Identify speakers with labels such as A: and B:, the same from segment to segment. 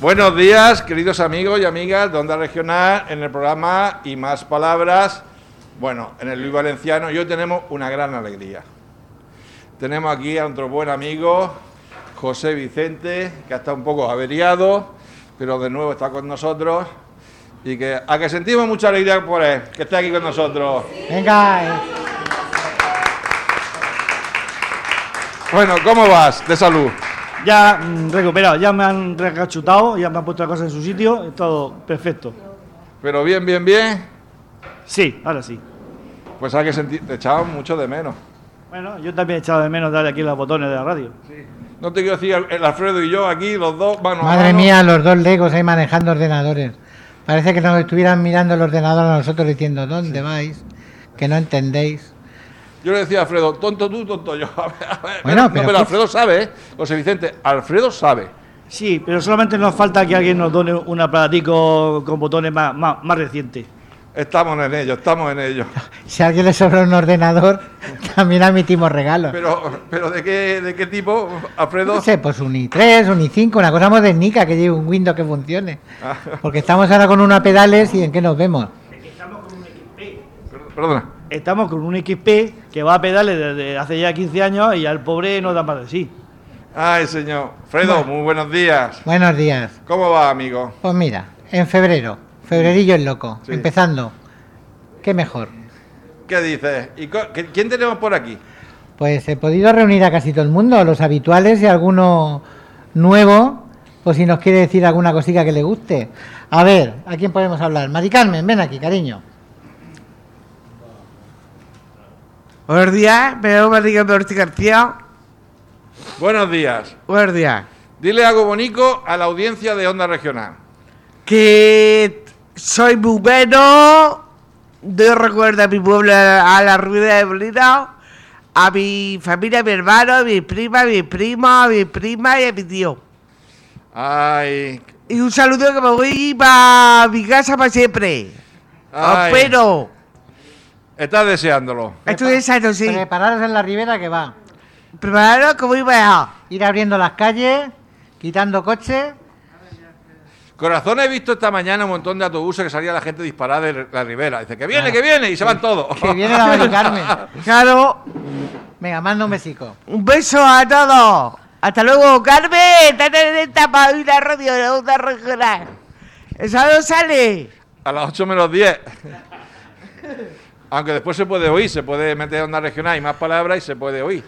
A: Buenos días, queridos amigos y amigas de Onda Regional, en el programa Y Más Palabras. Bueno, en el Luis Valenciano, y hoy tenemos una gran alegría. Tenemos aquí a nuestro buen amigo José Vicente, que está un poco averiado, pero de nuevo está con nosotros. Y que a que sentimos mucha alegría por él, que esté aquí con nosotros.
B: Venga, eh.
A: Bueno, ¿cómo vas de salud?
B: ya mm, recuperado, ya me han recachutado, ya me han puesto la cosa en su sitio, todo perfecto.
A: Pero bien, bien, bien.
B: Sí, ahora sí.
A: Pues hay que sentir, te echamos mucho de menos.
B: Bueno, yo también he echado de menos darle aquí los botones de la radio.
A: No te quiero decir, el el Alfredo y yo aquí, los dos, ah, mano a
C: Madre
A: mano.
C: mía, los dos legos ahí manejando ordenadores. Parece que nos estuvieran mirando el ordenador a nosotros diciendo, ¿dónde vais? Que no entendéis.
A: Yo le decía a Alfredo, tonto tú, tonto yo. A ver, a ver,
C: Bueno,
A: no,
C: pero
A: pero
C: escucha.
A: Alfredo sabe, ¿eh? José Vicente, Alfredo sabe.
B: Sí, pero solamente nos falta que alguien nos done un aparatico con botones más, más, más reciente.
A: Estamos en ello, estamos en ello.
C: Si a alguien le sobra un ordenador, también admitimos regalos.
A: Pero, pero ¿de, qué, ¿de qué tipo, Alfredo?
C: No sé, pues un i3, un i5, una cosa modernica que lleve un Windows que funcione.
A: Ah,
C: Porque estamos ahora con una pedales y en qué nos vemos.
A: per- perdona.
B: Estamos con un XP que va a pedales desde hace ya 15 años y al pobre no da más de sí.
A: Ay, señor. Fredo, muy buenos días.
C: Buenos días.
A: ¿Cómo va, amigo?
C: Pues mira, en febrero, febrerillo es loco,
A: Sí.
C: empezando. ¿Qué mejor?
A: ¿Qué dices? ¿Y co- qué- quién tenemos por aquí?
C: Pues he podido reunir a casi todo el mundo, los habituales y alguno nuevo, por si nos quiere decir alguna cosita que le guste. A ver, ¿a quién podemos hablar? Mari Carmen, ven aquí, cariño.
D: Buenos días, me llamo María Ortiz García.
A: Buenos días.
D: Buenos días.
A: Dile algo bonito a la audiencia de Onda Regional.
D: Que soy muy bueno. Doy recuerdo a mi pueblo, a la rueda de Molina, a mi familia, a mi hermano, a mi prima, a mi primo, a mi prima y a mi tío.
A: Ay,
D: Y un saludo que me voy para mi casa para siempre.
A: ay.
D: Pero
A: Estás deseándolo.
D: estoy exacto, sí.
C: Prepararos en la ribera que va.
D: Prepararos como iba
C: Ir abriendo las calles, quitando coches.
A: Corazón, he visto esta mañana un montón de autobuses que salía la gente disparada de la ribera. Dice, que viene, que viene, y se van todos.
C: Que viene la Mari Carmen.
D: Claro,
C: Venga, manda un besico.
D: un beso a todos. Hasta luego, Carmen. Date de esta para oír la radio de Onda Regional. El sábado sale.
A: A las 8 menos 10. Aunque después se puede oír, se puede meter onda regional y más palabras y se puede oír.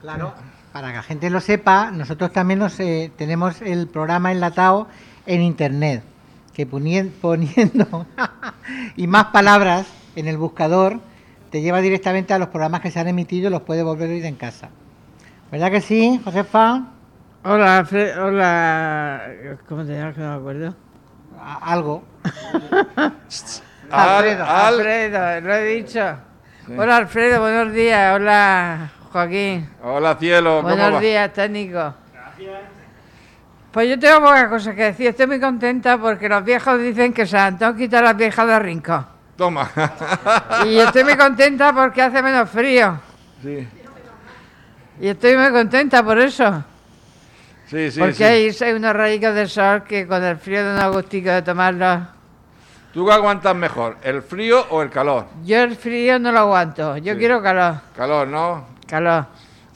C: Claro. Para que la gente lo sepa, nosotros también nos, eh, tenemos el programa enlatado en internet, que punien- poniendo y más palabras en el buscador te lleva directamente a los programas que se han emitido y los puedes volver a oír en casa. ¿Verdad que sí, Josefa?
E: Hola, Fre- hola, ¿cómo te llamas? Que no me acuerdo.
C: A- algo.
A: Al-
C: Alfredo,
A: al-
E: Alfredo, lo he dicho. Hola, Alfredo, buenos días. Hola, Joaquín.
A: Hola cielo, ¿cómo
E: Buenos
A: va?
E: días, técnico. Pues yo tengo pocas cosas que decir. Estoy muy contenta porque los viejos dicen que se han quitado las viejas de rincón.
A: Toma.
E: Y estoy muy contenta porque hace menos frío.
A: sí,
E: Y estoy muy contenta por eso.
A: sí, sí.
E: porque
A: sí.
E: hay, hay unos rayos de sol que con el frío de un agustico de tomarlos
A: ¿Tú qué aguantas mejor, el frío o el calor?
E: Yo el frío no lo aguanto, yo
A: Sí.
E: quiero calor,
A: Calor, ¿no?
E: calor.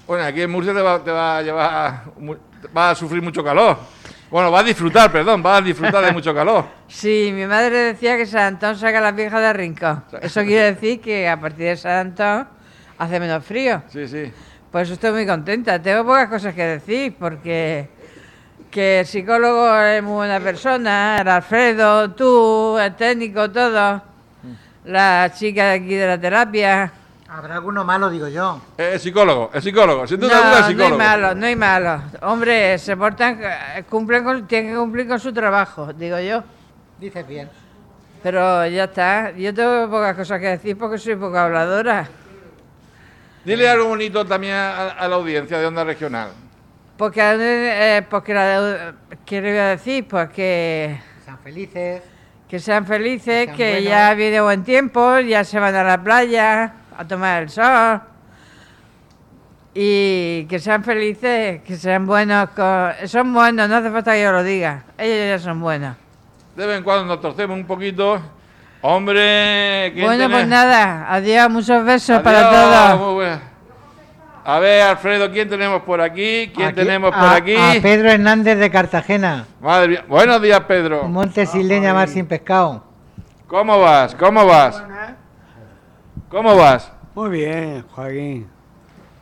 A: Bueno, aquí en Murcia te va, te va a llevar, mu- vas a sufrir mucho calor. Bueno, vas a disfrutar, perdón, vas a disfrutar de mucho calor.
E: Sí, mi madre decía que San Antón saca a las viejas de rincón. Eso quiere decir que a partir de San Antón hace menos frío.
A: Sí, sí.
E: Pues estoy muy contenta. Tengo pocas cosas que decir porque que el psicólogo es muy buena persona, el Alfredo, tú, el técnico, todo, la chica de aquí de la terapia.
C: Habrá alguno malo, digo yo.
A: Eh, El psicólogo, el psicólogo, sin
E: No,
A: duda alguna, el
E: no hay
A: psicólogo.
E: malo, no hay malo. Hombre, se portan, eh, cumplen con, tienen que cumplir con su trabajo, digo yo.
C: Dices bien.
E: Pero ya está, yo tengo pocas cosas que decir porque soy poca habladora.
A: Dile algo bonito también a, a la audiencia de Onda Regional.
E: Porque, eh, porque la deuda- ¿qué le voy a decir? Pues que,
C: Están felices.
E: que sean felices,
C: Que sean
E: que
C: buenos.
E: ya viene buen tiempo, ya se van a la playa a tomar el sol. Y y que sean felices, que sean buenos. con- Son buenos, no hace falta que yo lo diga. Ellos ya son buenos.
A: De vez en cuando nos torcemos un poquito. Hombre, ¿quién
E: Bueno, pues
A: tenés?
E: nada. Adiós, muchos besos
A: Adiós,
E: para todos.
A: muy buena. A ver, Alfredo, ¿quién tenemos por aquí? ¿Quién
C: Aquí-
A: tenemos por
C: a-
A: aquí?
C: A Pedro Hernández de Cartagena.
A: Madre mía. Buenos días, Pedro.
C: Monte sin leña, mar sin pescado.
A: ¿Cómo vas? ¿Cómo vas? ¿Cómo vas?
F: Muy bien, Joaquín.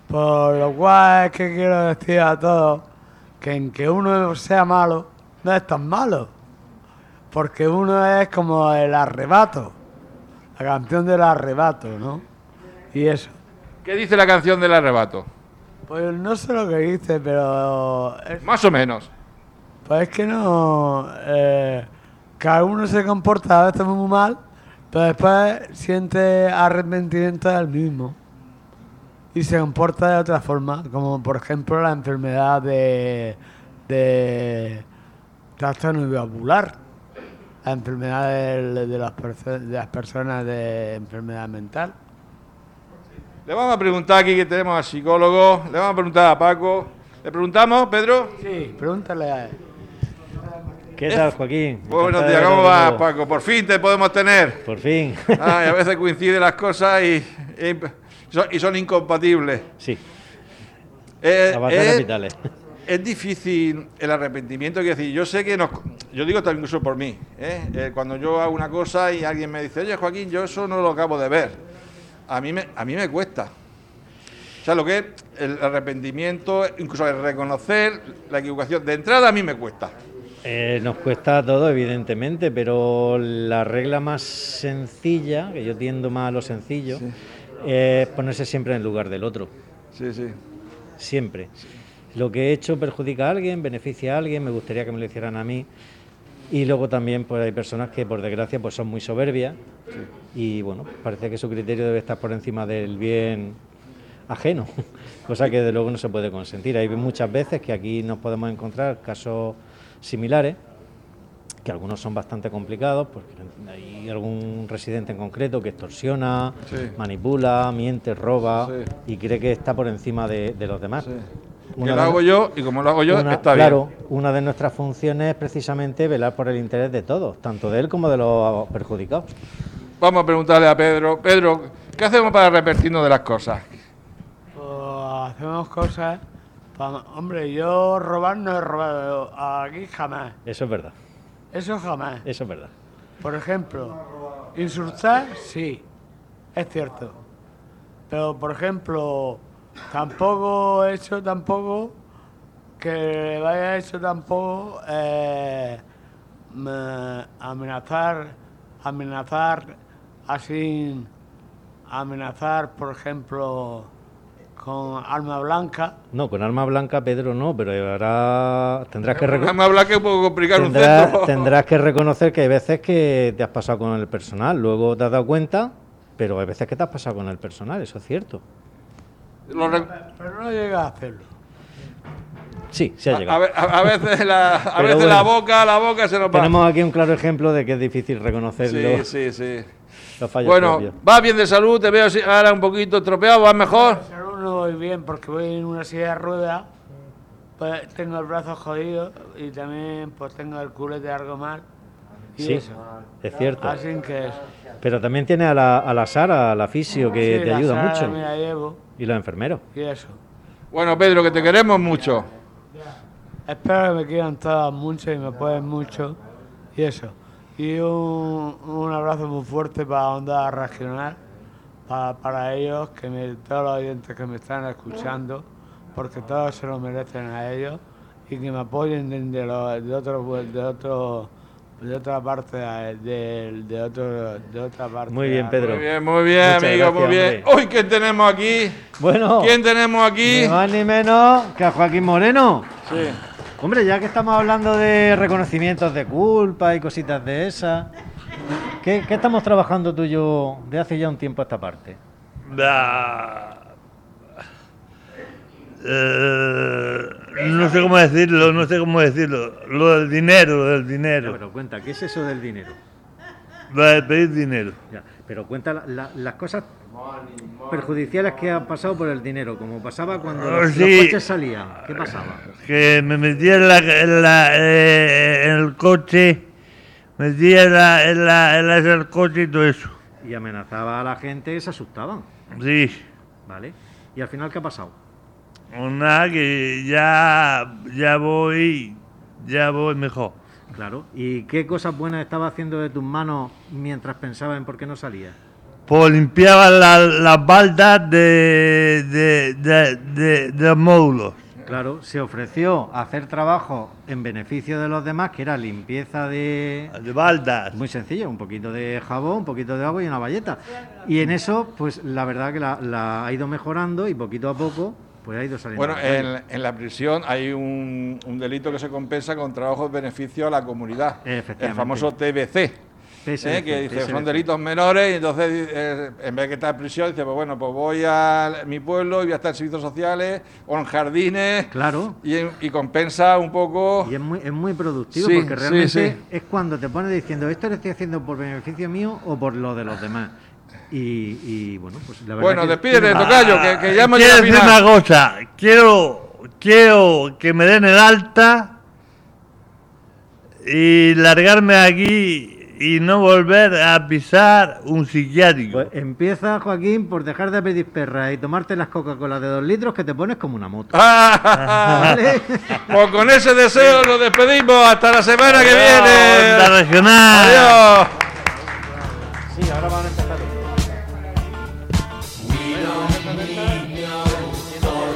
F: Por lo cual es que quiero decir a todos que en que uno sea malo, no es tan malo. Porque uno es como el arrebato. La canción del arrebato, ¿no? Y eso.
A: ¿Qué dice la canción del arrebato?
F: Pues no sé lo que dice, pero... es-
A: Más o menos.
F: pues es que no... eh, cada uno se comporta a veces muy mal, pero después siente arrepentimiento del mismo. Y se comporta de otra forma, como por ejemplo la enfermedad de... de trastorno bipolar. La enfermedad del- de las perso- de las personas de enfermedad mental.
A: Le vamos a preguntar aquí que tenemos al psicólogo, le vamos a preguntar a Paco. ¿Le preguntamos, Pedro?
F: Sí, pregúntale a él.
B: ¿Qué tal, Joaquín?
A: Eh, Buenos
B: Encantado
A: días,
B: de
A: ¿cómo Ah,
B: verte de
A: vas,
B: nuevo.
A: Paco? Por fin te podemos tener.
B: Por fin.
A: Ay, a veces coinciden las cosas y, y son, y son incompatibles.
B: sí,
A: Eh,
B: avatares
A: eh,
B: vitales.
A: Es difícil el arrepentimiento, quiero decir, yo sé que nos, yo digo también incluso por mí, ¿eh? Eh, cuando yo hago una cosa y alguien me dice, oye Joaquín, yo eso no lo acabo de ver, a mí me, a mí me cuesta. O sea, lo que es el arrepentimiento, incluso el reconocer la equivocación, de entrada a mí me cuesta.
G: Eh, nos cuesta todo, evidentemente, pero la regla más sencilla, que yo tiendo más a lo sencillo, es ponerse siempre en el lugar del otro.
A: Sí, sí.
G: Siempre. Lo que he hecho perjudica a alguien, beneficia a alguien, me gustaría que me lo hicieran a mí. Y luego también pues, hay personas que, por desgracia, pues, son muy soberbias y, bueno, parece que su criterio debe estar por encima del bien ajeno, cosa que, de luego, no se puede consentir. Hay muchas veces que aquí nos podemos encontrar casos similares, que algunos son bastante complicados, porque hay algún residente en concreto que extorsiona,
A: Sí.
G: manipula, miente, roba
A: Sí.
G: y cree que está por encima de, de los demás.
A: Que
G: Una
A: lo
G: de-
A: hago yo y como lo hago yo,
G: una-
A: está
G: claro,
A: bien.
G: una de nuestras funciones es precisamente velar por el interés de todos, tanto de él como de los perjudicados.
A: Vamos a preguntarle a Pedro, Pedro, ¿qué hacemos para arrepentirnos de las cosas?
F: Pues hacemos cosas. pa- hombre, yo robar no he robado aquí jamás.
G: Eso es verdad,
F: Eso jamás.
G: eso es verdad.
F: Por ejemplo, insultar, sí, es cierto. Pero, por ejemplo, tampoco he hecho tampoco que vaya hecho tampoco eh, me- amenazar, amenazar así, amenazar, por ejemplo, con arma blanca.
G: No, con arma blanca, Pedro, no, pero ahora tendrás que, reco-
A: Me habla que es un poco complicar un
G: tendrás,
A: centro.
G: tendrás que reconocer que hay veces que te has pasado con el personal, luego te has dado cuenta, pero hay veces que te has pasado con el personal, eso es cierto.
A: Lo re-
F: Pero no llega a hacerlo.
G: Sí, se ha
A: a, a
G: llegado.
A: ve- a- a veces, la, a
G: Pero
A: veces la
G: bueno.
A: boca, la boca se nos va.
G: Tenemos aquí un claro ejemplo de que es difícil reconocer
A: Sí,
G: los,
A: sí, sí.
G: los fallos
A: Bueno,
G: propios.
A: ¿vas bien de salud? Te veo así- ahora un poquito estropeado, ¿vas mejor?
F: Pero no voy bien porque voy en una silla de ruedas, pues tengo el brazo jodido y también pues tengo el culete algo mal. Y
G: Sí,
F: eso.
G: es cierto.
F: Así que eso.
G: Pero también tiene a la, a la Sara, a la fisio, que
F: Sí,
G: te
F: la
G: ayuda
F: sala
G: mucho.
F: Me la llevo
G: Y los enfermeros.
F: y eso.
A: Bueno, Pedro, que te queremos mucho.
F: Espero que me quieran todas mucho y me apoyen mucho y eso. Y un, un abrazo muy fuerte para Onda Regional, para, para ellos, que me- todos los oyentes que me están escuchando, porque todos se lo merecen a ellos y que me apoyen desde lo- de otro de otro de otra parte a- de, de otro de otra parte
G: Muy bien,
F: a-
G: Pedro.
A: Muy bien, muy bien,
G: Muchas
A: amigo, muy
G: gracias,
A: bien.
G: hombre.
A: Uy, ¿quién tenemos aquí?
G: Bueno,
A: ¿Quién tenemos aquí?
G: ni más ni menos que a Joaquín Moreno.
A: Sí.
G: Hombre, ya que estamos hablando de reconocimientos de culpa y cositas de esas, ¿qué, qué estamos trabajando tú y yo de hace ya un tiempo a esta parte?
H: Da- Eh, no sé cómo decirlo, no sé cómo decirlo. Lo del dinero, lo del dinero.
G: cuenta, ¿qué es eso del dinero?
H: Lo de pedir dinero.
G: pero cuenta la- la- las cosas perjudiciales que han pasado por el dinero, como pasaba cuando
H: Ah,
G: los,
H: sí.
G: los coches salían. ¿Qué pasaba?
H: que me metía en, la, en, la- eh, en el coche, metía en, la, en, la, en la- en el coche y todo eso.
G: Y amenazaba a la gente y se asustaban,
H: Sí,
G: ¿vale? Y al final, ¿qué ha pasado?
H: Pues nada, que ya, ya voy, ya voy mejor.
G: Claro. ¿Y qué cosas buenas estaba haciendo de tus manos mientras pensabas en por qué no salías?
H: Pues limpiaba la- las baldas de, de, de, de- de los módulos.
G: Claro, se ofreció hacer trabajo en beneficio de los demás, que era limpieza de...
H: De baldas.
G: Muy sencillo, un poquito de jabón, un poquito de agua y una valleta. Y en eso, pues la verdad que la, la ha ido mejorando y poquito a poco, pues ha ido saliendo.
A: Bueno, en, en la prisión hay un, un delito que se compensa con trabajos de beneficio a la comunidad. El
G: Efectivamente.
A: famoso TBC.
G: TSBC,
A: ¿eh? que dice, son
G: TSBC.
A: delitos menores y entonces eh, en vez de que estar en prisión dice pues bueno pues voy a mi pueblo y voy a estar en servicios sociales o en jardines
G: Claro.
A: y, en- y compensa un poco
G: Y es muy, es muy productivo
A: Sí,
G: porque
A: sí,
G: realmente
A: sí.
G: es cuando te pones diciendo esto lo estoy haciendo por beneficio mío o por lo de los demás. Y, y, bueno, pues la verdad.
A: bueno
G: que-
A: despídete tocayo que, que ya hemos
H: quiero
A: llegado al
H: decir
A: final.
H: una cosa, quiero, quiero que me den el alta y largarme aquí y no volver a pisar un psiquiátrico.
G: Pues empieza, Joaquín, por dejar de pedir perras y tomarte las Coca-Cola de dos litros que te pones como una moto. ¿Vale?
A: pues con ese deseo nos despedimos hasta la semana que
H: Onda
A: viene
H: regional.
A: adiós
G: sí, ahora van a empezar.